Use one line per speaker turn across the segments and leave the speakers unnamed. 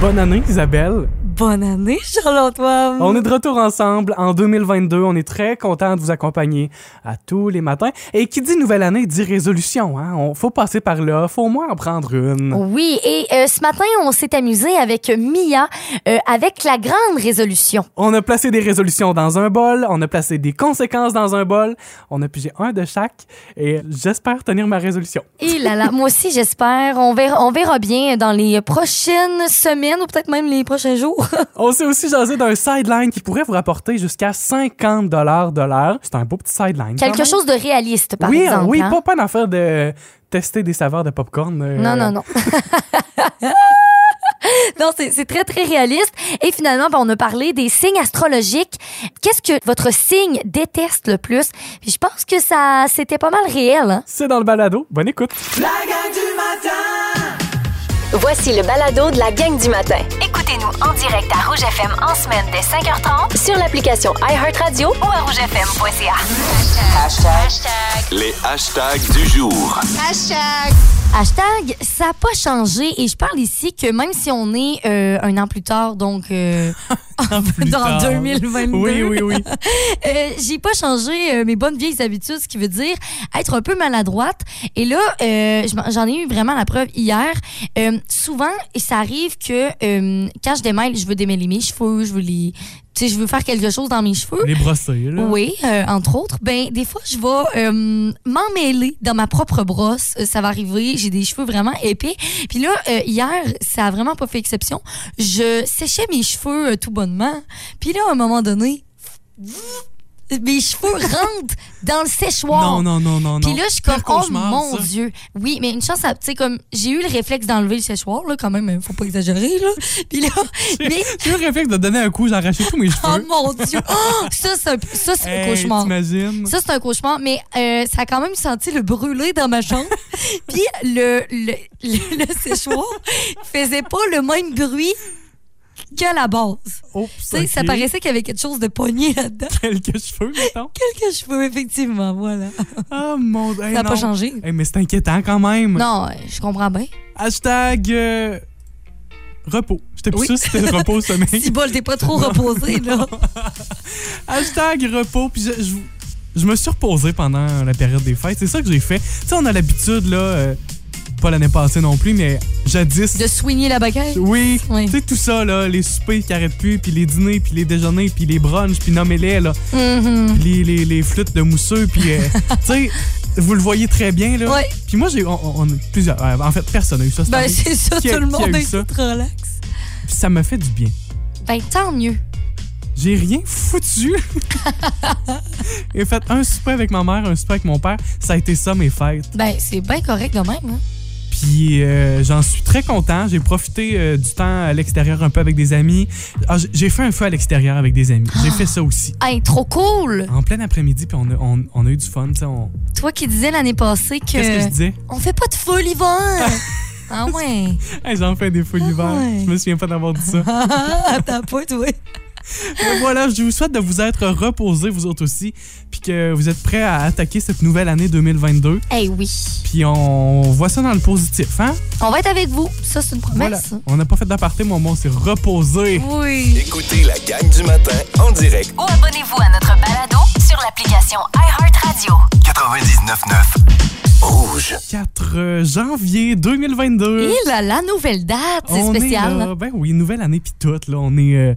Bonne année,
Mm.
Isabelle.
Bonne année, Charles-Antoine.
On est de retour ensemble en 2022. On est très content de vous accompagner à tous les matins. Et qui dit nouvelle année dit résolution. Hein? On, faut passer par là. Faut au moins en prendre une.
Oui, et euh, ce matin, on s'est amusé avec Mia euh, avec la grande résolution.
On a placé des résolutions dans un bol. On a placé des conséquences dans un bol. On a pigé un de chaque. Et j'espère tenir ma résolution.
Et là là, moi aussi, j'espère. On verra, on verra bien dans les prochaines semaines ou peut-être même les prochains jours.
On s'est aussi jasé d'un sideline qui pourrait vous rapporter jusqu'à 50 dollars de l'heure. C'est un beau petit sideline. quand
Quelque
même.
chose de réaliste, par
oui, euh,
exemple.
oui,
hein?
pas pas une affaire de tester des saveurs de popcorn. euh,
Non, non, non. Non, c'est c'est très, très réaliste. Et finalement, ben, on a parlé des signes astrologiques. Qu'est-ce que votre signe déteste le plus? Puis je pense que ça, c'était pas mal réel. hein?
C'est dans le balado. Bonne écoute.
La gang du matin
Voici le balado de la gang du matin. Écoutez-nous en direct à Rouge FM en semaine dès 5h30 sur l'application iHeartRadio ou à rougefm.ca.
Les hashtags du jour.
Hashtag, ça n'a pas changé. Et je parle ici que même si on est euh, un an plus tard, donc euh,
plus
dans
tard.
2022,
Oui, oui, oui.
euh, j'ai pas changé euh, mes bonnes vieilles habitudes, ce qui veut dire être un peu maladroite. Et là, euh, je m'en- j'en ai eu vraiment la preuve hier. Euh, souvent, et ça arrive que euh, quand je démêle, je veux démêler mes cheveux, je veux les... Tu sais, je veux faire quelque chose dans mes cheveux.
Les brosser, là.
Oui, euh, entre autres. Ben, des fois, je vais euh, m'emmêler dans ma propre brosse. Euh, ça va arriver. J'ai des cheveux vraiment épais. Puis là, euh, hier, ça a vraiment pas fait exception. Je séchais mes cheveux euh, tout bonnement. Puis là, à un moment donné, mes cheveux rentrent dans le
Non,
séchoir.
non, non, non, non.
Puis là, je suis comme,
Quel
oh
cauchemar,
mon
ça.
Dieu. Oui, mais une chance, à- tu sais, comme, j'ai eu le réflexe d'enlever le séchoir, là, quand même, euh, faut pas exagérer, là. Puis là, mais,
J'ai eu le réflexe de donner un coup, j'ai arraché tous mes
oh
cheveux.
mon Dieu. Oh, ça, c'est un, ça, c'est un cauchemar.
T'imagines?
Ça, c'est un cauchemar, mais euh, ça a quand même senti le brûler dans ma chambre. Puis le, le, le, le séchoir faisait pas le même bruit que la base.
Oups,
Tu sais, ça
ok.
paraissait qu'il y avait quelque chose de pogné là-dedans.
Quelques cheveux, mettons.
Quelques cheveux, effectivement, voilà.
Oh mon dieu.
Ça a pas changé.
mais c'est inquiétant quand même.
Non, euh, je comprends bien.
Hashtag euh, repos. J'étais plus
Oui.
sûr si c'était repos au
Si
sommeil.
bol, t'es pas trop reposé, là.
Hashtag repos. Puis je, je, je me suis reposé pendant la période des fêtes. C'est ça que j'ai fait. Tu sais, on a l'habitude, là, euh, pas l'année passée non plus, mais jadis.
De soigner la baguette.
Oui,
Oui.
tu sais, tout ça, là, les soupers qui arrêtent plus, puis les dîners, puis les déjeuners, puis les brunchs, puis nommez-les, là,
Mhm.
puis les, les, les flûtes de mousseux, puis, euh, tu sais, vous le voyez très bien, là.
Ouais.
Puis moi, j'ai on, on- plusieurs. euh, en fait, personne n'a eu ça. cette
Ben,
année.
c'est ça,
Qui
tout
a-
le
qui a
monde
eu
est
ça?
tout relax.
Puis ça me fait du bien.
Ben, tant mieux.
J'ai rien foutu. J'ai fait un souper avec ma mère, un souper avec mon père. Ça a été ça, mes fêtes.
Ben, c'est bien correct de même, hein.
Puis euh, j'en suis très content. J'ai profité euh, du temps à l'extérieur un peu avec des amis. Ah, j- j'ai fait un feu à l'extérieur avec des amis. J'ai fait ça aussi.
Hey, trop cool!
En plein après-midi, puis on a, on, on a eu du fun. tu sais, on-
Toi qui disais l'année passée que...
Qu'est-ce que je disais?
On fait pas de feu l'hiver! ah ouais!
Hey, J'en fais des fous l'hiver.
Ah ouais.
Je me souviens pas d'avoir dit ça.
Attends pas, toi.
Mais voilà, je vous souhaite de vous être reposés, vous autres aussi, puis que vous êtes prêts à attaquer cette nouvelle année 2022.
Eh oui.
Puis on voit ça dans le positif, hein?
On va être avec vous. Ça, c'est une promesse.
On n'a pas fait d'aparté, mon mot, c'est reposé.
Oui.
Écoutez la gang du matin en direct.
Ou abonnez-vous à notre balado sur l'application iHeartRadio.
99.9 Rouge.
4 janvier 2022.
Et là, la nouvelle date, c'est
on
spécial.
Est là. Ben oui, nouvelle année puis toute, là. On est euh,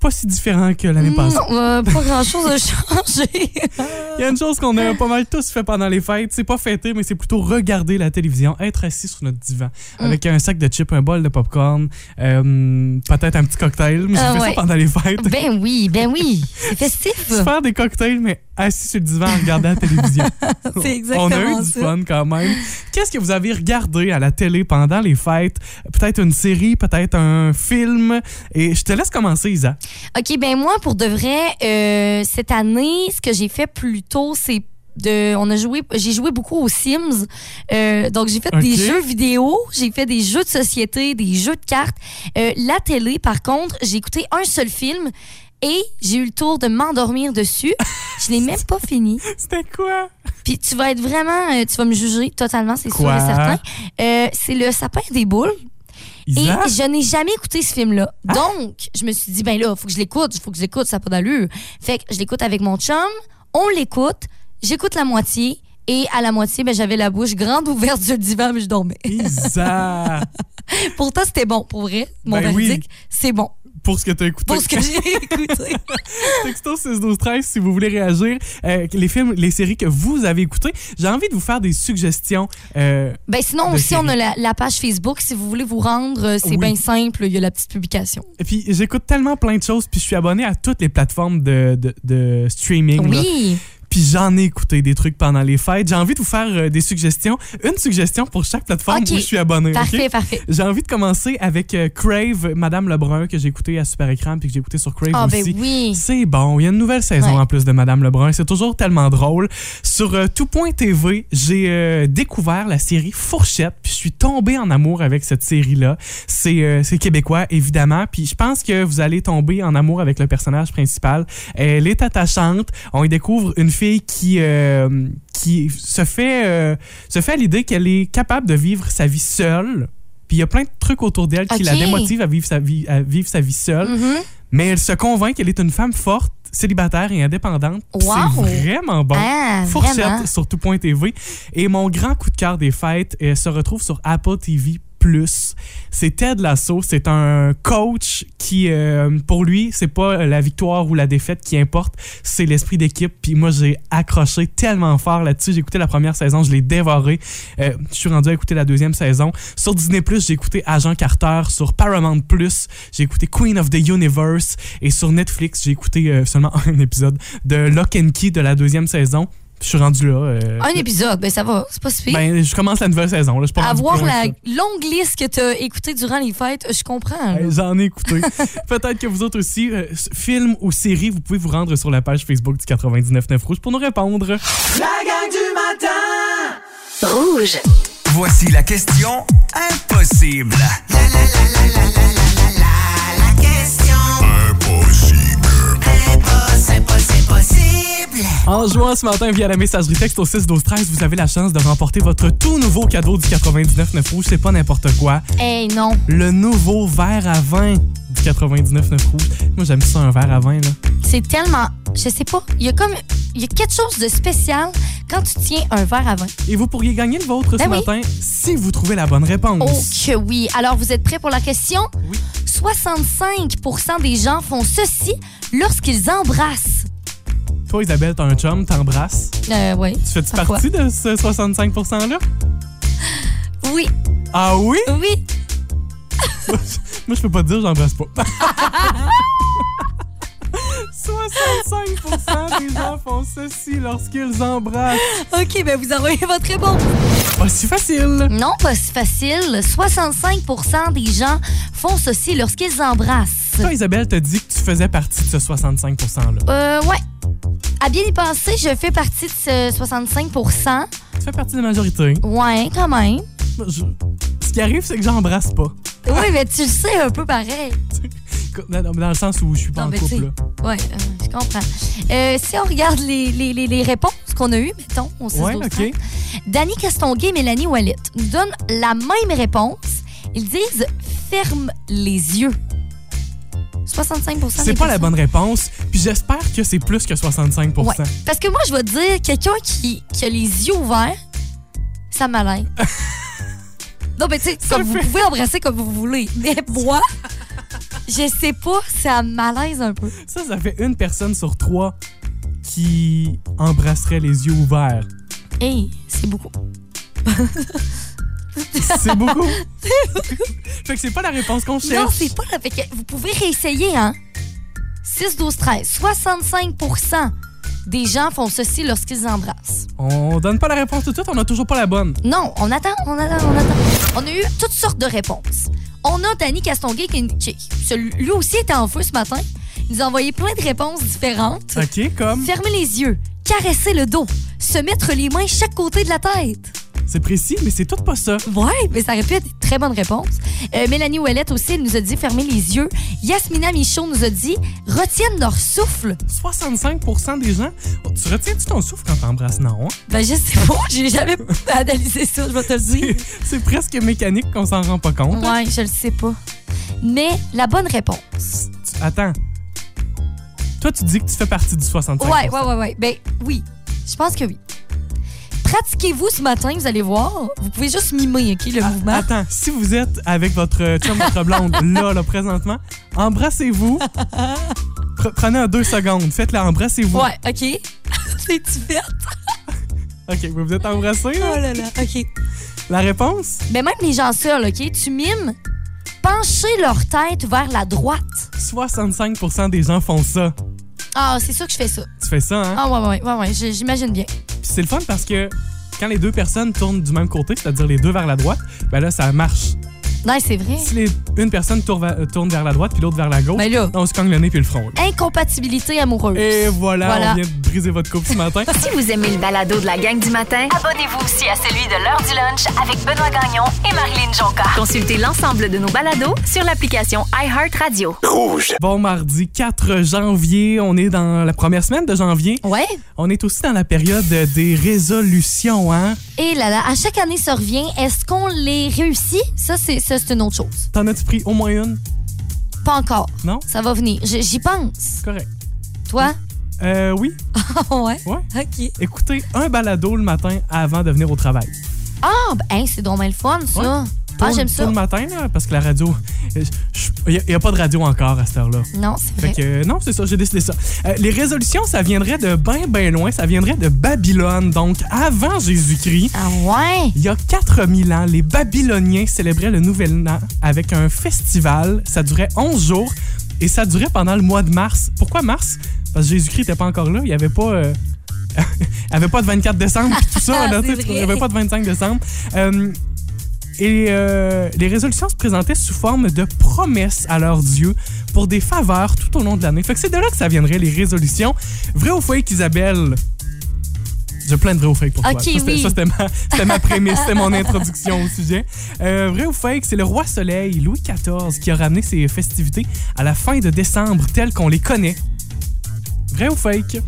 pas si différent que l'année passée.
Non, euh, pas grand chose a changé.
Il y a une chose qu'on a pas mal tous fait pendant les fêtes, c'est pas fêter, mais c'est plutôt regarder la télévision, être assis sur notre divan
Mm.
avec un sac de chips, un bol de popcorn, euh, peut-être un petit cocktail. Mais j'ai
Ah
fait
ouais.
ça pendant les fêtes.
ben oui, ben oui. C'est festif.
se faire des cocktails, mais assis sur le divan en regardant la télévision.
C'est
On a
exactement
eu du
ça.
fun quand même. Qu'est-ce que vous avez regardé à la télé pendant les fêtes? Peut-être une série, peut-être un film. Et je te laisse commencer, Isa.
OK, ben moi, pour de vrai, euh, cette année, ce que j'ai fait plus tôt, c'est de, on a joué, j'ai joué beaucoup aux Sims. Euh, donc, j'ai fait
OK.
des jeux vidéo, j'ai fait des jeux de société, des jeux de cartes. Euh, la télé, par contre, j'ai écouté un seul film et j'ai eu le tour de m'endormir dessus. Je l'ai même pas fini.
C'était quoi?
Puis tu vas être vraiment, euh, tu vas me juger totalement, c'est sûr
Quoi?
et certain. Euh, c'est le sapin des boules. Et
Isa?
je n'ai jamais écouté ce film-là.
Ah!
Donc, je me suis dit, ben là, faut que je l'écoute, faut que je l'écoute, ça n'a pas d'allure. Fait que je l'écoute avec mon chum, on l'écoute, j'écoute la moitié, et à la moitié, ben, j'avais la bouche grande ouverte sur le divan, mais je dormais.
Isa!
Pourtant, c'était bon, pour vrai. Mon
Ben oui.
verdict, c'est bon.
Pour ce que t'as écouté.
Pour ce que j'ai écouté.
Texto 6 12 13 si vous voulez réagir. euh, les films, les séries que vous avez écoutées. J'ai envie de vous faire des suggestions. euh,
Ben sinon,
De
aussi,
série.
on a la, la page Facebook. Si vous voulez vous rendre, euh, c'est
Oui.
bien simple. Il y a la petite publication.
et puis j'écoute tellement plein de choses. Puis je suis abonné à toutes les plateformes de, de- de streaming. là.
Oui.
Puis j'en ai écouté des trucs pendant les fêtes. J'ai envie de vous faire euh, des suggestions. Une suggestion pour chaque plateforme
Ok.
où je suis abonné. ok?
Parfait, parfait.
J'ai envie de commencer avec euh, Crave, Madame Lebrun, que j'ai écouté à Super Écran puis que j'ai écouté sur Crave
Ah,
aussi.
ben oui.
C'est bon. Il y a une nouvelle saison
Ouais.
en plus de Madame Lebrun. C'est toujours tellement drôle. Sur euh, tout.tv, j'ai euh, découvert la série Fourchette. Puis je suis tombé en amour avec cette série-là. C'est euh, c'est québécois, évidemment. Puis je pense que vous allez tomber en amour avec le personnage principal. Elle est attachante. On y découvre une fille qui, euh, qui se fait, euh, se fait à l'idée qu'elle est capable de vivre sa vie seule. Puis il y a plein de trucs autour d'elle qui la
Ok.
démotivent à vivre sa vie, à vivre sa vie seule
Mhm.
mais elle se convainc qu'elle est une femme forte, célibataire et indépendante. Puis
Wow!
C'est vraiment bon.
Ah,
Fourchette
vraiment.
sur tout.tv. Et mon grand coup de cœur des fêtes euh, se retrouve sur Apple TV. C'est Ted Lasso, c'est un coach qui, euh, pour lui, c'est pas la victoire ou la défaite qui importe, c'est l'esprit d'équipe. Puis moi, j'ai accroché tellement fort là-dessus. J'ai écouté la première saison, je l'ai dévoré. Euh, je suis rendu à écouter la deuxième saison. Sur Disney Plus, j'ai écouté Agent Carter. Sur Paramount Plus, j'ai écouté Queen of the Universe. Et sur Netflix, j'ai écouté euh, seulement un épisode de Lock and Key de la deuxième saison. Puis Je suis rendu là. euh,
Un épisode, ben ça va. C'est pas suffisant.
ben, je commence la nouvelle saison. Là. Je suis pas rendu
Avoir
plus loin
la
que ça.
longue liste que tu as écoutée durant les fêtes, je comprends. Hein, là.
Euh, J'en ai écouté. Peut-être que vous autres aussi, euh, s- films ou séries, vous pouvez vous rendre sur la page Facebook du 99.9 Rouge pour nous répondre.
La gang du matin
Rouge.
Voici la question impossible.
En jouant ce matin via la messagerie texte au 6 12 13, vous avez la chance de remporter votre tout nouveau cadeau du 99.9 Rouge. C'est pas n'importe quoi.
Hey, non.
Le nouveau verre à vin du 99.9 Rouge. Moi, j'aime ça, un verre à vin. Là.
C'est tellement. Je sais pas. Il y a comme. Il y a quelque chose de spécial quand tu tiens un verre à vin.
Et vous pourriez gagner le vôtre ce
Ben oui.
matin si vous trouvez la bonne
Oh
réponse.
que oui. Alors, vous êtes prêts pour la question?
Oui.
65 des gens font ceci lorsqu'ils embrassent. Oh.
Toi, Isabelle, t'as un chum, t'embrasses.
Euh, ouais.
Tu fais-tu
Parfois.
partie de ce 65%-là?
Oui,
Ah oui?
oui.
Moi, je peux pas te dire, j'embrasse pas. 65% des gens font ceci lorsqu'ils embrassent.
OK, ben vous envoyez votre réponse.
Pas si facile.
Non, pas si facile. 65 des gens font ceci lorsqu'ils embrassent.
Toi, Isabelle, t'as dit que tu faisais partie de ce 65%-là.
Euh, ouais. À bien y penser, je fais partie de ce 65
Tu fais partie de la majorité.
Ouais, quand même.
Je- Ce qui arrive, c'est que j'embrasse pas.
Oui, mais tu le sais un peu pareil.
Dans, dans- dans le sens où je suis pas
Non,
en
mais tu
couple.
sais.
là.
Ouais, euh, je comprends. Euh, si on regarde les, les, les, les réponses qu'on a eues, mettons, on sait
Ouais, OK.
Danny Castonguay et Mélanie Wallet nous donnent la même réponse. Ils disent ferme les yeux. 65 des
C'est pas la
personnes.
bonne réponse. Puis j'espère que c'est plus que 65%.
Ouais. Parce que moi, je vais te dire, quelqu'un qui, qui a les yeux ouverts, ça m'aide. non, mais tu sais, comme vous pouvez embrasser comme vous voulez. Mais moi, je sais pas, ça malaise un peu.
Ça, ça fait une personne sur trois qui embrasserait les yeux ouverts.
Hey, c'est beaucoup.
C'est beaucoup. fait que c'est pas la réponse qu'on cherche.
Non, c'est pas la fait que Vous pouvez réessayer, hein? 6, 12, 13. 65 des gens font ceci lorsqu'ils embrassent.
On donne pas la réponse tout de suite, on a toujours pas la bonne.
Non, on attend, on attend, on attend. On a eu toutes sortes de réponses. On a Danny Castonguay qui, qui- celui- lui aussi était en feu ce matin. Il nous a envoyé plein de réponses différentes.
OK, comme
Fermer les yeux, caresser le dos, se mettre les mains chaque côté de la tête.
C'est précis, mais c'est tout pas ça.
Ouais, mais ça aurait pu être une très bonne réponse. Euh, Mélanie Ouellette aussi, elle nous a dit fermer les yeux. Yasmina Michaud nous a dit retiennent leur souffle.
65 des gens. oh, Tu retiens-tu ton souffle quand t'embrasses? Non. hein?
Ben, je sais pas, j'ai jamais analysé ça, je vais te le dire.
C'est presque mécanique qu'on s'en rend pas compte. hein.
Ouais, je le sais pas. Mais la bonne réponse.
Tu- Attends. Toi, tu dis que tu fais partie du 65
Ouais, ouais, ouais, ouais. Ben oui, je pense que oui. Pratiquez-vous ce matin, vous allez voir. Vous pouvez juste mimer, OK, le mouvement.
Attends, si vous êtes avec votre euh, chum, votre blonde, là, là, présentement, embrassez-vous. Pre- Prenez un deux secondes. Faites-la, embrassez-vous.
Ouais, OK. C'est-tu verte?
OK, vous vous êtes embrassés.
Oh
là?
là là, OK.
La réponse,
Mais Ben, même les gens seuls, OK, tu mimes, pencher leur tête vers la droite.
65 des gens font ça.
Ah, c'est sûr que je fais ça.
Tu fais ça, hein?
Ah, ouais, ouais, ouais, ouais, je- j'imagine bien.
Puis c'est le fun parce que quand les deux personnes tournent du même côté, c'est-à-dire les deux vers la droite, ben là, ça marche.
Non, c'est vrai.
Si les- une personne tourne, va- euh, tourne vers la droite puis l'autre vers la gauche, ben
Mais Ben là,
on se cogne le nez puis le front. là.
incompatibilité amoureuse.
Et voilà,
Voilà.
on vient de briser votre couple ce matin.
Si vous aimez le balado de la gang du matin, abonnez-vous aussi à celui de l'heure du lunch avec Benoît Gagnon et Marilyn Jonca. Consultez l'ensemble de nos balados sur l'application iHeartRadio.
bon mardi 4 janvier, on est dans la première semaine de janvier.
Ouais.
On est aussi dans la période des résolutions, hein?
Et là là, à chaque année, ça revient. Est-ce qu'on les réussit? Ça, c'est ça, c'est une autre chose.
T'en as-tu pris au moins une?
Pas encore.
Non?
Ça va venir. J- J'y pense.
C'est correct.
Toi?
Euh, oui.
ouais.
Ouais.
OK.
Écoutez un balado le matin avant de venir au travail.
Ah, ben, hey, c'est donc bien le fun, ça. Ah,
Tôt-
j'aime
tôt
ça.
le matin, là, parce que la radio. Il n'y a, pas de radio encore à cette heure-là.
Non, c'est
Fait
vrai.
que, euh, non, c'est ça, j'ai décidé ça. Euh, les résolutions, ça viendrait de bien, bien loin. Ça viendrait de Babylone. Donc, avant Jésus-Christ,
Ah, ouais.
il y a 4000 ans, les Babyloniens célébraient le Nouvel An avec un festival. Ça durait 11 jours et ça durait pendant le mois de mars. Pourquoi mars? Parce que Jésus-Christ n'était pas encore là. Il n'y avait pas. euh, il y avait pas de 24 décembre pis tout ça. là, tu sais,
C'est
il n'y
vrai.
avait pas de 25 décembre. Euh, et euh, les résolutions se présentaient sous forme de promesses à leur Dieu pour des faveurs tout au long de l'année. Fait que c'est de là que ça viendrait, les résolutions. Vrai ou fake, Isabelle? J'ai plein de vrai ou fake pour
Ok,
toi. Ça, c'était-
oui.
ça, c'était ma, c'était ma prémisse, c'était mon introduction au sujet. Euh, vrai ou fake, c'est le roi soleil, Louis XIV, qui a ramené ces festivités à la fin de décembre, telles qu'on les connaît. Vrai ou fake?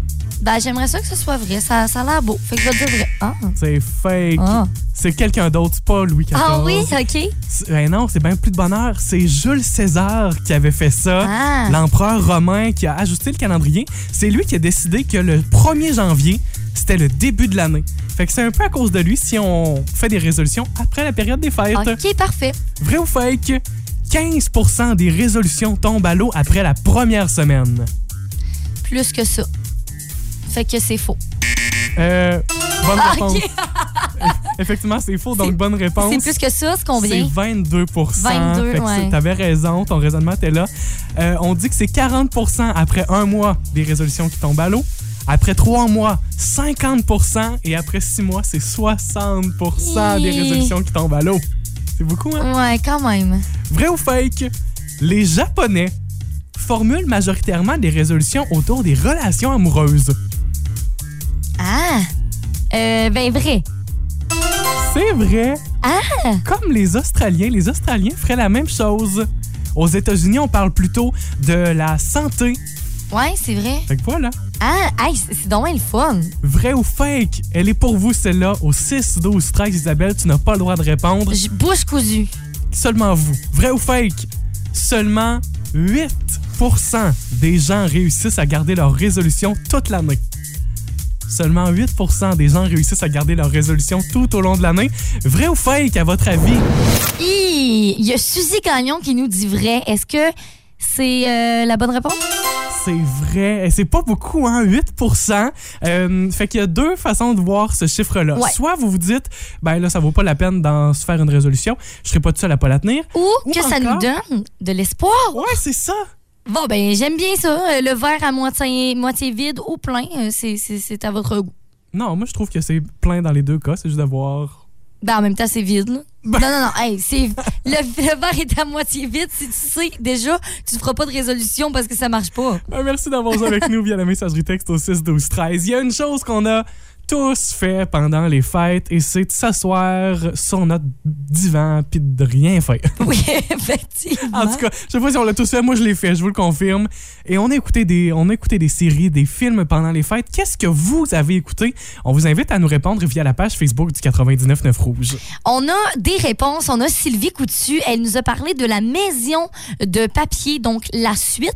Ben, j'aimerais ça que ce soit vrai. Ça, ça a l'air beau. Fait que je vais te dire vrai. Ah,
C'est fake.
Ah.
C'est quelqu'un d'autre, c'est pas Louis XIV.
Ah oui, OK.
C'est- Ben non, c'est bien plus de bonheur. C'est Jules César qui avait fait ça,
Ah.
l'empereur romain qui a ajusté le calendrier. C'est lui qui a décidé que le 1er janvier, c'était le début de l'année. Fait que c'est un peu à cause de lui si on fait des résolutions après la période des fêtes.
OK, parfait.
Vrai ou fake? 15 des résolutions tombent à l'eau après la première semaine.
Plus que ça. Fait que c'est faux.
Euh, bonne
Ah,
réponse.
ok.
Effectivement, c'est faux,
C'est-
donc bonne réponse.
C'est plus que ça, c'est combien?
C'est 22
22,
Fait que c'est-
ouais.
T'avais raison, ton raisonnement était là. Euh, on dit que c'est 40 après un mois des résolutions qui tombent à l'eau. Après trois mois, 50 et après six mois, c'est 60 des
Hi.
résolutions qui tombent à l'eau. C'est beaucoup, hein?
Ouais, quand même.
Vrai ou fake? Les Japonais formulent majoritairement des résolutions autour des relations amoureuses.
Ah! Euh, ben vrai.
C'est vrai.
Ah!
Comme les Australiens, les Australiens feraient la même chose. Aux États-Unis, on parle plutôt de la santé.
Ouais, c'est vrai.
Fait que voilà.
Ah! Hey, c'est c'est donc bien le fun.
Vrai ou fake? Elle est pour vous, celle-là. Au 6, 12, 13, Isabelle, tu n'as pas le droit de répondre.
J- Bouche cousue.
Seulement vous. Vrai ou fake? Seulement 8 des gens réussissent à garder leur résolution toute l'année. Seulement 8 des gens réussissent à garder leur résolution tout au long de l'année. Vrai ou fake, à votre avis?
Hi! Il y a Suzy Gagnon qui nous dit vrai. Est-ce que c'est euh, la bonne réponse?
C'est vrai. Et C'est pas beaucoup, hein? 8 Euh, Fait qu'il y a deux façons de voir ce chiffre-là.
Ouais.
Soit vous vous dites, ben là, ça vaut pas la peine d'en se faire une résolution. Je serai pas tout seul à pas la tenir.
Ou,
Ou
que ça
encore-
nous donne de l'espoir?
Ouais, c'est ça.
Bon, ben j'aime bien ça. Euh, Le verre à moitié, moitié vide ou plein, euh, c'est- c'est c'est à votre goût.
Non, moi, je trouve que c'est plein dans les deux cas. C'est juste d'avoir.
Ben, en même temps, c'est vide, là.
Ben-
Non, non, non. Hey, c'est... Le, le verre est à moitié vide. Si tu sais déjà, tu ne feras pas de résolution parce que ça marche pas.
Ben, Ah, merci d'avoir joué avec nous via la messagerie texte au 6 12 13. Il y a une chose qu'on a tous fait pendant les fêtes et c'est de s'asseoir sur notre divan puis de rien faire.
Oui, effectivement.
En tout cas, je sais pas si on l'a tous fait, moi je l'ai fait, je vous le confirme. Et on a écouté des, on a écouté des séries, des films pendant les fêtes. Qu'est-ce que vous avez écouté? On vous invite à nous répondre via la page Facebook du 99.9 Rouge.
On a des réponses. On a Sylvie Coutu. Elle nous a parlé de la maison de papier, donc la suite.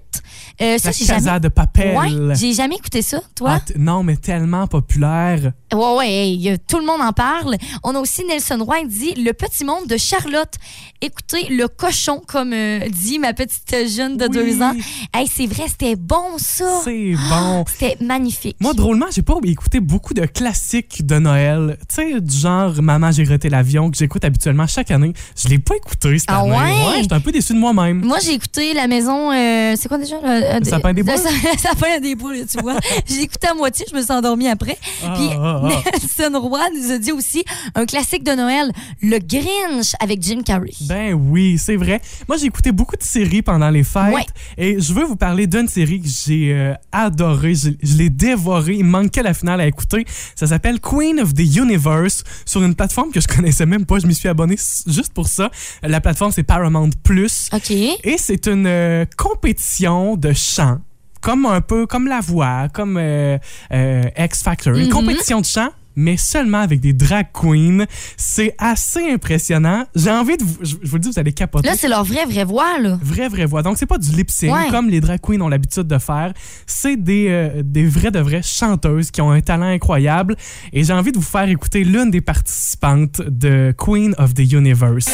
Euh, ça,
La
j'ai
Casa
jamais...
de Papel.
Ouais, j'ai jamais écouté ça, toi?
Ah, t- non, mais tellement populaire.
Ouais, ouais, hey, y a- tout le monde en parle. On a aussi Nelson Roy qui dit Le petit monde de Charlotte. Écoutez, le cochon, comme euh, dit ma petite jeune de
Oui.
deux ans. Ah, Hey, c'est vrai, c'était bon ça.
C'est bon.
C'était magnifique.
Moi, drôlement, j'ai pas écouté beaucoup de classiques de Noël. Tu sais, du genre Maman, j'ai raté l'avion que j'écoute habituellement chaque année. Je l'ai pas écouté cette
Ah
année.
ouais?
j'étais un peu déçu de moi-même.
Moi, j'ai écouté la maison. euh, c'est quoi déjà? Le,
Le sapin des boules?
Le, sa- le sapin des boules, tu vois. j'ai écouté à moitié, je me suis endormie après. Puis
Ah, ah, ah.
Nelson Roy nous a dit aussi un classique de Noël, Le Grinch avec Jim Carrey.
Ben oui, c'est vrai. Moi, j'ai écouté beaucoup de séries pendant les fêtes.
Ouais.
Et je veux vous parler d'une série que j'ai euh, adorée. Je, je l'ai dévorée. Il manque que la finale à écouter. Ça s'appelle Queen of the Universe sur une plateforme que je connaissais même pas. Je m'y suis abonné s- juste pour ça. La plateforme, c'est Paramount Plus.
OK.
Et c'est une euh, compétition de chant, comme un peu comme la voix, comme euh, euh, X Factor. Une
Mhm.
compétition de chant, mais seulement avec des drag queens. C'est assez impressionnant. J'ai envie de vous, je, je vous le dis, vous allez capoter.
Là, c'est leur vraie, vraie voix, là.
Vraie, vraie voix. Donc, c'est pas du lip sync
Ouais.
comme les drag queens ont l'habitude de faire. C'est des, euh, des vraies de vraies chanteuses qui ont un talent incroyable. Et j'ai envie de vous faire écouter l'une des participantes de Queen of the Universe.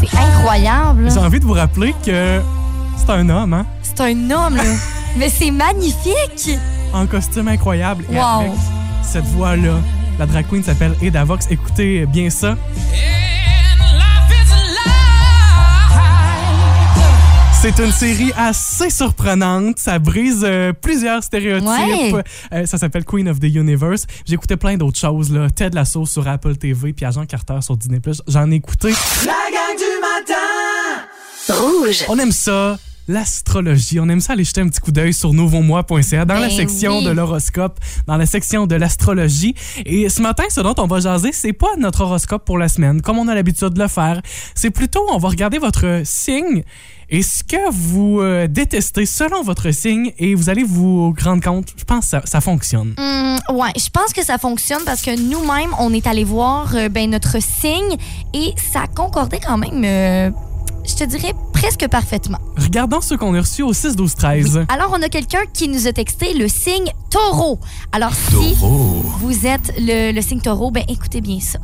C'est incroyable.
J'ai envie de vous rappeler que c'est un homme, hein?
C'est un homme, là. Mais c'est magnifique.
en costume incroyable et
Wow.
avec cette voix-là. La drag queen s'appelle Eda Vox. Écoutez bien ça. C'est une série assez surprenante. Ça brise euh, plusieurs stéréotypes.
Ouais.
Euh, ça s'appelle Queen of the Universe. J'écoutais plein d'autres choses. Là. Ted Lasso sur Apple TV puis Agent Carter sur Disney+. J'en ai écouté.
La gang du matin!
On aime ça, l'astrologie. On aime ça aller jeter un petit coup d'œil sur nouveaumois.ca dans la
Ben
section
oui.
de l'horoscope, dans la section de l'astrologie. Et ce matin, ce dont on va jaser, c'est pas notre horoscope pour la semaine, comme on a l'habitude de le faire. C'est plutôt, on va regarder votre signe et ce que vous euh, détestez selon votre signe et vous allez vous rendre compte, je pense que ça, ça fonctionne.
Hum, ouais, je pense que ça fonctionne parce que nous-mêmes, on est allé voir euh, ben, notre signe et ça concordait quand même, euh, je te dirais, presque parfaitement.
Regardons ceux qu'on a reçus au 6-12-13.
Alors, on a quelqu'un qui nous a texté le signe taureau. Alors, si vous êtes le, le signe taureau, ben écoutez bien ça.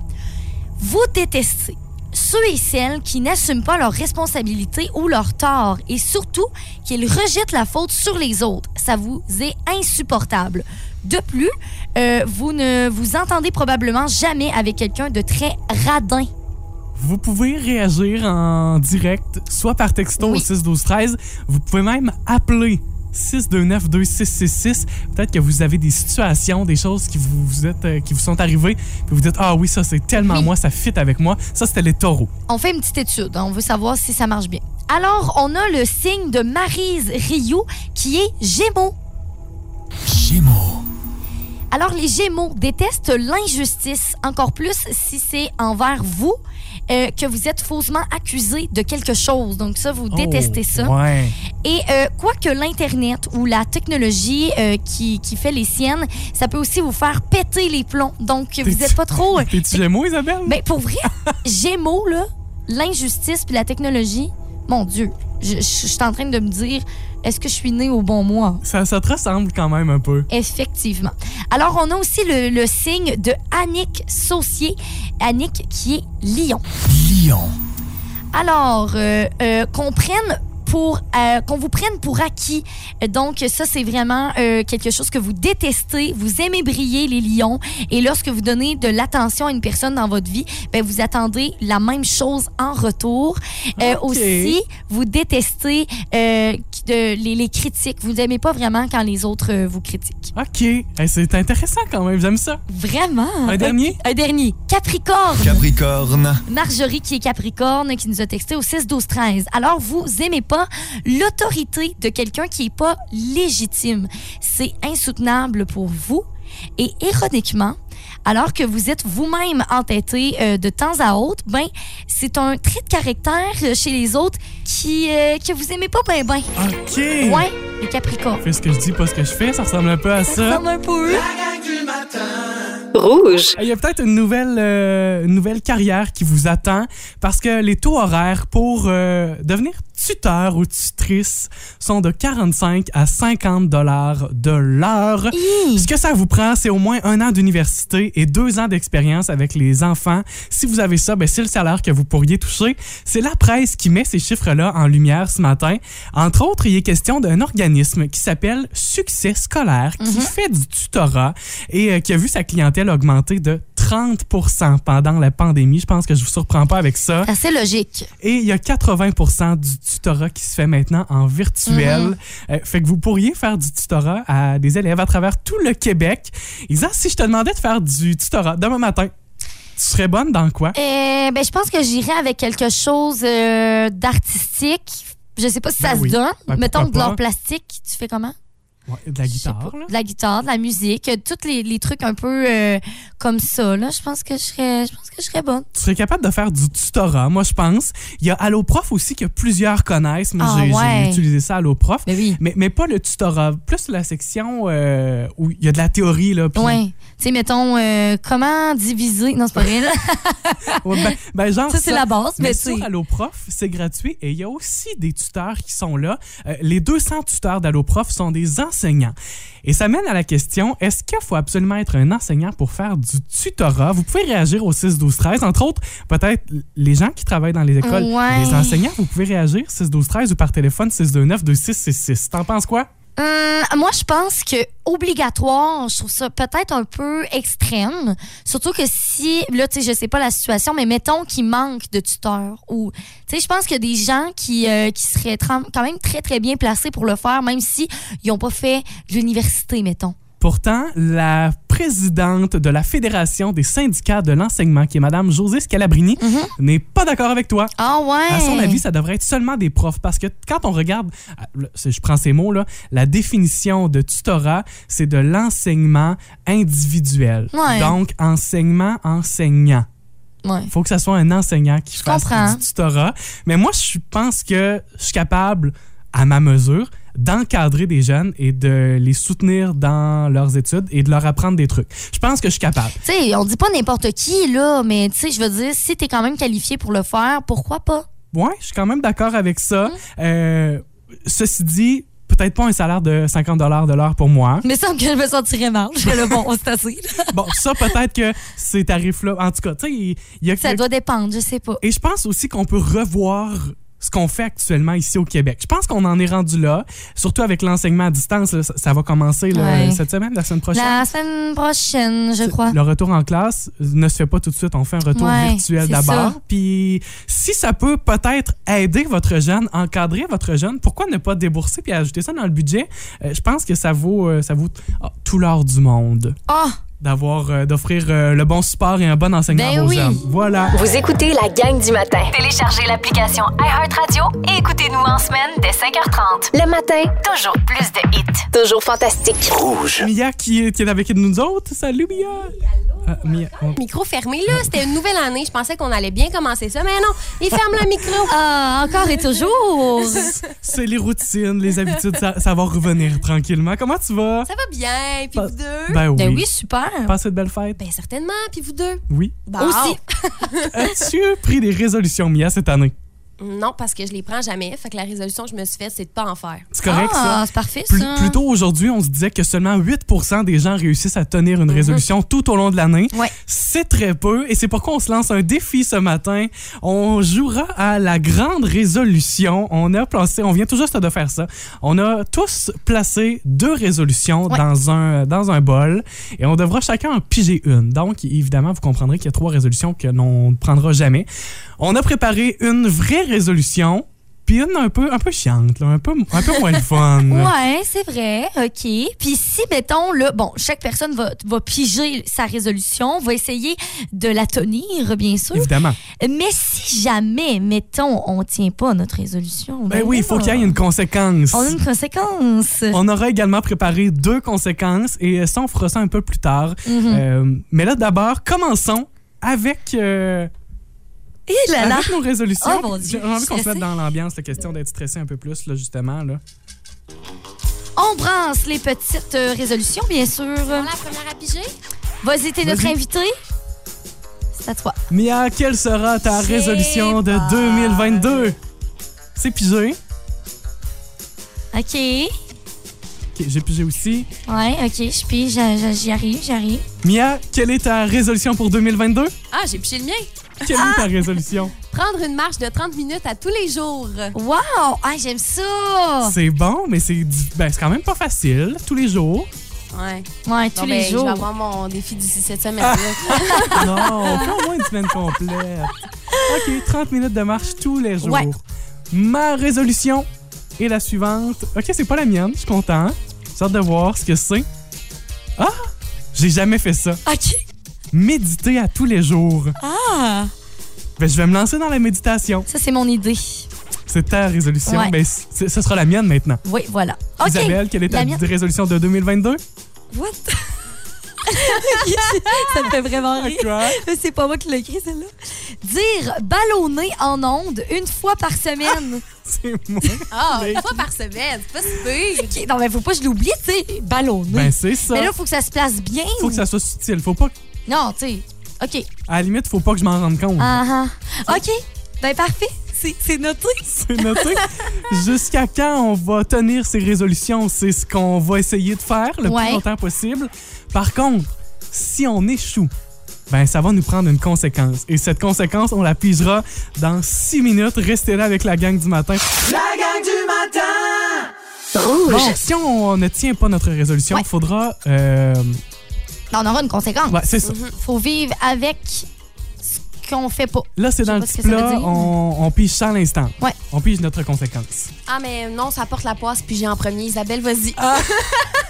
Vous détestez ceux et celles qui n'assument pas leurs responsabilités ou leurs torts et surtout qu'ils rejettent la faute sur les autres. Ça vous est insupportable. De plus, euh, vous ne vous entendez probablement jamais avec quelqu'un de très radin.
Vous pouvez réagir en direct, soit par texto au
Oui.
6 12 13. Vous pouvez même appeler 629 2666. Peut-être que vous avez des situations, des choses qui vous, vous êtes, euh, qui vous sont arrivées, puis vous dites ah oui ça c'est tellement
Oui.
moi, ça fit avec moi. Ça c'était les taureaux.
On fait une petite étude. hein. On veut savoir si ça marche bien. Alors, on a le signe de Marise Rioux qui est Gémeaux.
Gémeaux.
Alors, les Gémeaux détestent l'injustice, encore plus si c'est envers vous euh, que vous êtes faussement accusé de quelque chose. Donc, ça, vous Oh, détestez ça.
Oh, Ouais.
Et euh, quoique l'Internet ou la technologie euh, qui, qui fait les siennes, ça peut aussi vous faire péter les plombs. Donc, vous n'êtes pas trop. euh, hein? Ben-
T'es-tu Gémeaux Isabelle?
Mais pour vrai, Gémeaux, là, l'injustice puis la technologie, mon Dieu, je, je- je suis en train de me dire, est-ce que je suis née au bon mois?
Ça, ça te ressemble quand même un peu.
Effectivement. Alors, on a aussi le, le signe de Annick Saucier. Annick qui est lion.
Lion.
Alors, euh, euh, qu'on prenne pour euh, qu'on vous prenne pour acquis. Donc ça c'est vraiment euh, quelque chose que vous détestez. Vous aimez briller les lions et lorsque vous donnez de l'attention à une personne dans votre vie, ben vous attendez la même chose en retour. Euh,
Ok.
Aussi vous détestez euh, qui- de- les, les critiques. Vous n'aimez pas vraiment quand les autres euh, vous critiquent.
OK. Eh, c'est intéressant quand même. J'aime ça.
Vraiment. hein?
Un dernier?
Un dernier. Capricorne.
Capricorne.
Marjorie qui est Capricorne qui nous a texté au 6 12 13. Alors vous aimez pas l'autorité de quelqu'un qui est pas légitime. C'est insoutenable pour vous et ironiquement alors que vous êtes vous-même entêté euh, de temps à autre, ben c'est un trait de caractère euh, chez les autres qui euh, que vous aimez pas ben ben.
OK.
Ouais, les Capricornes.
Fais ce que je dis, pas ce que je fais. Ça ressemble un peu à ça.
Comme un peu eux.
La gang du matin.
Rouge.
Ah, Il y a peut-être une nouvelle, euh, une nouvelle carrière qui vous attend parce que les taux horaires pour euh, devenir tuteur ou tutrice sont de 45 à 50 dollars de l'heure. Ce que ça vous prend, c'est au moins un an d'université et deux ans d'expérience avec les enfants. Si vous avez ça, ben, c'est le salaire que vous pourriez toucher. C'est la presse qui met ces chiffres-là en lumière ce matin. Entre autres, il est question d'un organisme qui s'appelle Succès scolaire, qui fait du tutorat et euh, qui a vu sa clientèle augmenter de 30 pendant la pandémie. Je pense que je vous surprends pas avec ça.
C'est assez logique.
Et il y a 80 du tutorat qui se fait maintenant en virtuel.
Mhm.
Euh, fait que vous pourriez faire du tutorat à des élèves à travers tout le Québec. Isa, si je te demandais de faire du tutorat demain matin, tu serais bonne dans quoi?
Euh, ben, je pense que j'irai avec quelque chose euh, d'artistique. Je sais pas si ça
Ben
se
oui.
donne.
Ben,
Mettons de
pourquoi
l'art
pas.
plastique. Tu fais comment?
Ouais, de la
Eh, Je sais
guitare,
pas.
là.
De la guitare, de la musique, euh, tous les, les trucs un peu euh, comme ça. Là. Je pense que je serais, je pense que je serais bonne.
Tu serais capable de faire du tutorat, moi, je pense. Il y a Alloprof aussi que plusieurs connaissent. Moi,
Ah,
j'ai j'ai
ouais.
utilisé ça à Alloprof.
Ben oui.
Mais, mais pas le tutorat, plus la section euh, où il y a de la théorie. Là, puis-
Ouais. Tu sais, mettons, euh, comment diviser. Non, c'est pas vrai. là.
Ouais, ben- ben, genre
Ça, c'est
ça.
la base, mais,
Mais
tu sais.
sur Alloprof, c'est gratuit et il y a aussi des tuteurs qui sont là. Euh, les 200 tuteurs d'Alloprof sont des enseignants. Et ça mène à la question, est-ce qu'il faut absolument être un enseignant pour faire du tutorat? Vous pouvez réagir au 6, 12, 13. Entre autres, peut-être les gens qui travaillent dans les écoles,
Ouais.
les enseignants, vous pouvez réagir 6, 12, 13 ou par téléphone 629 2666. T'en penses quoi?
Hum, moi, je pense que obligatoire, je trouve ça peut-être un peu extrême. Surtout que si, là, tu sais, je sais pas la situation, mais mettons qu'il manque de tuteurs ou, tu sais, je pense qu'il y a des gens qui, euh, qui seraient tra- quand même très, très bien placés pour le faire, même si ils ont pas fait de l'université, mettons.
Pourtant, la présidente de la Fédération des syndicats de l'enseignement, qui est Mme Josée Scalabrini,
Mm-hmm.
n'est pas d'accord avec toi.
Ah ouais!
À son avis, ça devrait être seulement des profs parce que quand on regarde, euh, c'est- je prends ces mots-là, la définition de tutorat, c'est de l'enseignement individuel.
Ouais.
Donc, enseignement enseignant.
Ouais.
faut que ça soit un enseignant qui
Je
fasse
comprends.
du tutorat. Mais moi, je pense que je suis capable, à ma mesure, d'encadrer des jeunes et de les soutenir dans leurs études et de leur apprendre des trucs. Je pense que je suis capable.
Tu sais, on dit pas n'importe qui, là, mais tu sais, je veux dire, si t'es quand même qualifié pour le faire, pourquoi pas?
Ouais, je suis quand même d'accord avec ça.
Mm.
Euh, ceci dit, peut-être pas un salaire de 50 de l'heure pour moi.
Mais semble que je me sentirais mal. Je fais le bon, c'est assez. là.
Bon, ça, peut-être que ces tarifs-là, en tout cas, tu sais, il il y a...
Ça doit dépendre, je sais pas.
Et je pense aussi qu'on peut revoir ce qu'on fait actuellement ici au Québec. Je pense qu'on en est rendu là, surtout avec l'enseignement à distance. là, ça, ça va commencer là,
Ouais.
cette semaine, la semaine prochaine.
La semaine prochaine, je crois.
Le retour en classe ne se fait pas tout de suite. On fait un retour
Ouais,
virtuel
c'est
d'abord.
ça.
Puis si ça peut peut-être aider votre jeune, encadrer votre jeune, pourquoi ne pas débourser puis ajouter ça dans le budget? Euh, je pense que ça vaut, euh, ça vaut ah, tout l'or du monde
Ah!
d'avoir euh, d'offrir euh, le bon support et un bon enseignement
Ben
aux
oui.
jeunes. Voilà.
Vous écoutez la gang du matin. Téléchargez l'application iHeartRadio et écoutez-nous en semaine dès 5h30. Le matin, toujours plus de hits. Toujours fantastique.
Mia qui est, qui est avec nous autres. Salut Mia. Ah, Mia. on-
Micro fermé, là, c'était une nouvelle année. Je pensais qu'on allait bien commencer ça, mais non, il ferme le micro.
Ah, encore et toujours!
C'est les routines, les habitudes, ça, ça va revenir tranquillement. Comment tu vas?
Ça va bien, puis
Pas-
vous deux?
Ben oui.
Ben oui, super! Bah,
Passez de belles fêtes?
Ben certainement, puis vous deux?
Oui.
Bon.
Aussi.
As-tu pris des résolutions, Mia, cette année?
Non, parce que je les prends jamais. Fait que la résolution que je me suis faite, c'est de pas en faire.
C'est correct, ça?
Ah, c'est parfait,
Plus,
ça.
plus tôt aujourd'hui, on se disait que seulement 8 des gens réussissent à tenir une résolution tout au long de l'année.
Mhm. Ouais.
C'est très peu et c'est pourquoi on se lance un défi ce matin. On jouera à la grande résolution. On a placé, on vient tout juste de faire ça. On a tous placé deux résolutions
Ouais.
dans, un, dans un bol et on devra chacun en piger une. Donc, évidemment, vous comprendrez qu'il y a trois résolutions que l'on ne prendra jamais. On a préparé une vraie résolution. Puis une un peu, un peu chiante, là, un, peu, un peu moins le fun.
Ouais, c'est vrai. OK. Puis si, mettons, là, bon, chaque personne va, va piger sa résolution, va essayer de la tenir, bien sûr.
Évidemment.
Mais si jamais, mettons, on tient pas notre résolution.
Ben oui, il faut
là,
qu'il y ait une conséquence.
On a une conséquence.
On aura également préparé deux conséquences et euh, ça, on fera ça un peu plus tard.
Mm-hmm.
Euh, mais là, d'abord, commençons avec, euh,
Et là là.
avec nos résolutions.
Oh, mon Dieu,
J'ai envie qu'on se
stressée.
mette dans l'ambiance, la question d'être stressé un peu plus, là, justement. Là.
On brasse les petites euh, résolutions, bien sûr.
Pour la première à piger,
Vas-y, t'es notre
Vas-y.
invité. C'est à toi.
Mia, quelle sera ta
Je sais
résolution de
pas.
2022? C'est pigé.
OK. Ouais,
Ok, J'ai pigé aussi.
OK, je pige, j'a- j'a- j'y arrive, j'arrive.
Mia, quelle est ta résolution pour 2022?
ah, j'ai piché le mien.
Quelle
Ah!
est ta résolution?
Prendre une marche de 30 minutes à tous les jours.
Wow! Ah, j'aime ça!
C'est bon, mais c'est du- ben, c'est quand même pas facile tous les jours.
Ouais.
Ouais, tous
Bon,
les
ben, Je
jours. Ah.
vais avoir mon défi d'ici cette semaine.
Non, fait au moins une semaine complète. OK, 30 minutes de marche tous les jours.
Ouais.
Ma résolution est la suivante. OK, c'est pas la mienne, je suis content. J'ai hâte de voir ce que c'est. Ah! J'ai jamais fait ça.
OK.
Méditer à tous les jours.
Ah!
Ben, je vais me lancer dans la méditation.
Ça, c'est mon idée.
C'est ta résolution.
Ouais.
Ben, c'est- ce sera la mienne maintenant.
Oui, voilà. OK.
Isabelle, quelle est ta
La mienne.
résolution de 2022?
What? ça me fait vraiment rire.
Quoi?
Ah,
C'est pas moi qui l'ai écrit, celle-là. Dire ballonner en ondes une fois par semaine.
C'est moi.
Ah,
Mais-
une fois par semaine, c'est pas si pire.
OK, non, mais faut pas que je l'oublie, tu sais. Ballonner.
Ben, c'est ça.
mais là, faut que ça se place bien.
Faut que ça soit subtil. Faut pas... que-
Non, tu sais. OK.
À la limite, faut pas que je m'en rende compte.
Ah, ah. OK. Ben, parfait. C'est c'est noté.
C'est noté. Jusqu'à quand on va tenir ces résolutions, c'est ce qu'on va essayer de faire le
Ouais.
plus longtemps possible. Par contre, si on échoue, ben ça va nous prendre une conséquence. Et cette conséquence, on la pigera dans six minutes. Restez là avec la gang du matin.
La gang du matin
Bon, si on ne tient pas notre résolution, il
Ouais.
faudra... euh,
Non, on aura une conséquence.
ouais, c'est ça.
Faut vivre avec ce qu'on fait pas.
Là, c'est dans
Je sais
le petit
pas ce que ça veut
plat,
dire.
on, on pige ça à l'instant.
Ouais.
On pige notre conséquence.
Ah, mais non, ça porte la poisse, puis j'ai en premier. Isabelle, vas-y.
Ah.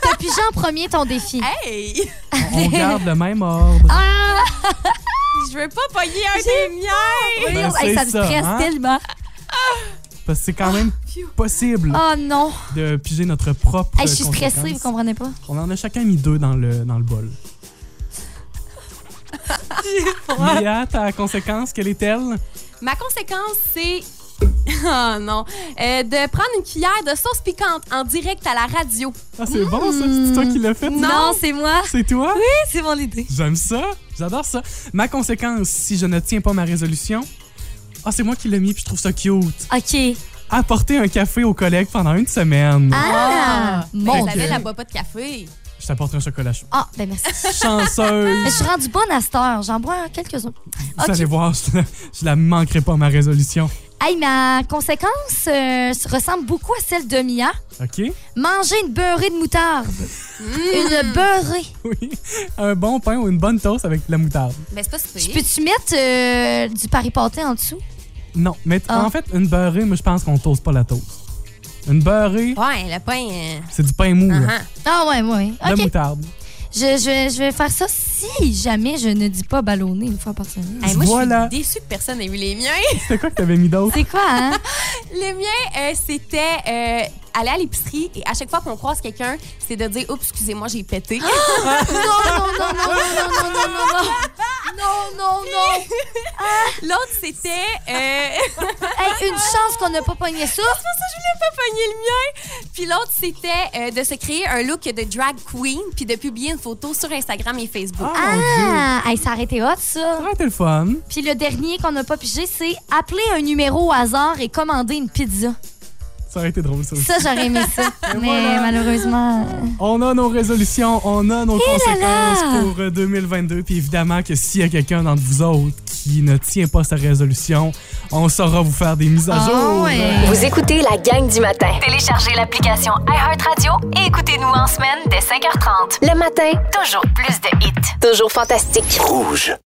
T'as pigé en premier ton défi.
Hey!
On, on garde le même ordre.
Ah!
Je veux pas pogner un des miens!
Ben,
Hey,
c'est
ça me
ça,
stresse
hein?
tellement.
Parce que c'est quand même
Ah,
possible
Oh non.
de piger notre propre.
Hey, je suis
conséquence.
stressée, vous comprenez pas?
On en a chacun mis deux dans le, dans le bol. Mia, ta conséquence, quelle est-elle?
Ma conséquence, c'est. Oh non! Euh, de prendre une cuillère de sauce piquante en direct à la radio.
Ah, c'est bon, ça? C'est toi qui l'as fait?
c'est moi.
C'est toi?
Hmm. Oui, c'est mon idée.
J'aime ça. J'adore ça. Ma conséquence, si je ne tiens pas ma résolution, ah, c'est moi qui l'ai mis puis je trouve ça cute.
OK.
Apporter un café aux collègues pendant une semaine.
Ah! Mon
Isabelle,
Dieu.
elle boit pas de café.
Je t'apporterai un chocolat chaud.
Ah, ben merci. Mais je
Chanceuse!
suis rendue bonne à cette heure. J'en bois quelques-uns.
Vous allez voir, je la, je la manquerai pas, ma résolution.
Hey, ma conséquence euh, se ressemble beaucoup à celle de Mia.
OK?
Manger une beurrée de moutarde. Mmh. Une beurrée.
Oui. Un bon pain ou une bonne toast avec de la moutarde.
Mais c'est pas si
Je
pire.
Peux-tu mettre euh, du pari pâté en dessous?
Non, mais t-
Ah.
en fait, une beurrée, moi, je pense qu'on toast pas la toast. Une beurrée,
Ouais, le pain. euh,
c'est du pain mou, là.
uh-huh.
Ah ouais, ouais.
De la
OK.
moutarde.
Je, je, vais- je vais faire ça si jamais je ne dis pas ballonner une fois par semaine.
Hey, moi,
Voilà.
je suis déçue que personne n'ait vu les miens.
C'était quoi que t'avais mis d'autre?
C'est quoi, hein?
Les miens, euh, c'était euh, aller à l'épicerie et à chaque fois qu'on croise quelqu'un, c'est de dire Oups, excusez-moi, j'ai pété.
non, non, non, non, non, non, non, non, non. Non, non, non.
L'autre, c'était. euh,
Hey, une chance qu'on n'a pas pogné ça.
ça, je voulais pas pogner le mien. Puis l'autre, c'était euh, de se créer un look de drag queen puis de publier une photo sur Instagram et Facebook.
Ah, mon Dieu.
Ah, hey, ça a arrêté hot, ça.
Ça aurait été le fun.
Puis le dernier qu'on n'a pas pigé, c'est appeler un numéro au hasard et commander une pizza.
Ça aurait été drôle, ça aussi.
Ça, j'aurais aimé ça. Mais malheureusement.
On a nos résolutions, on a nos
là
conséquences
là!
pour euh, 2022. Puis évidemment que s'il y a quelqu'un d'entre vous autres qui ne tient pas sa résolution, on saura vous faire des mises à jour.
Ah ouais.
Vous écoutez la gang du matin. Téléchargez l'application iHeartRadio et écoutez-nous en semaine dès 5h30. Le matin, toujours plus de hits. Toujours fantastique.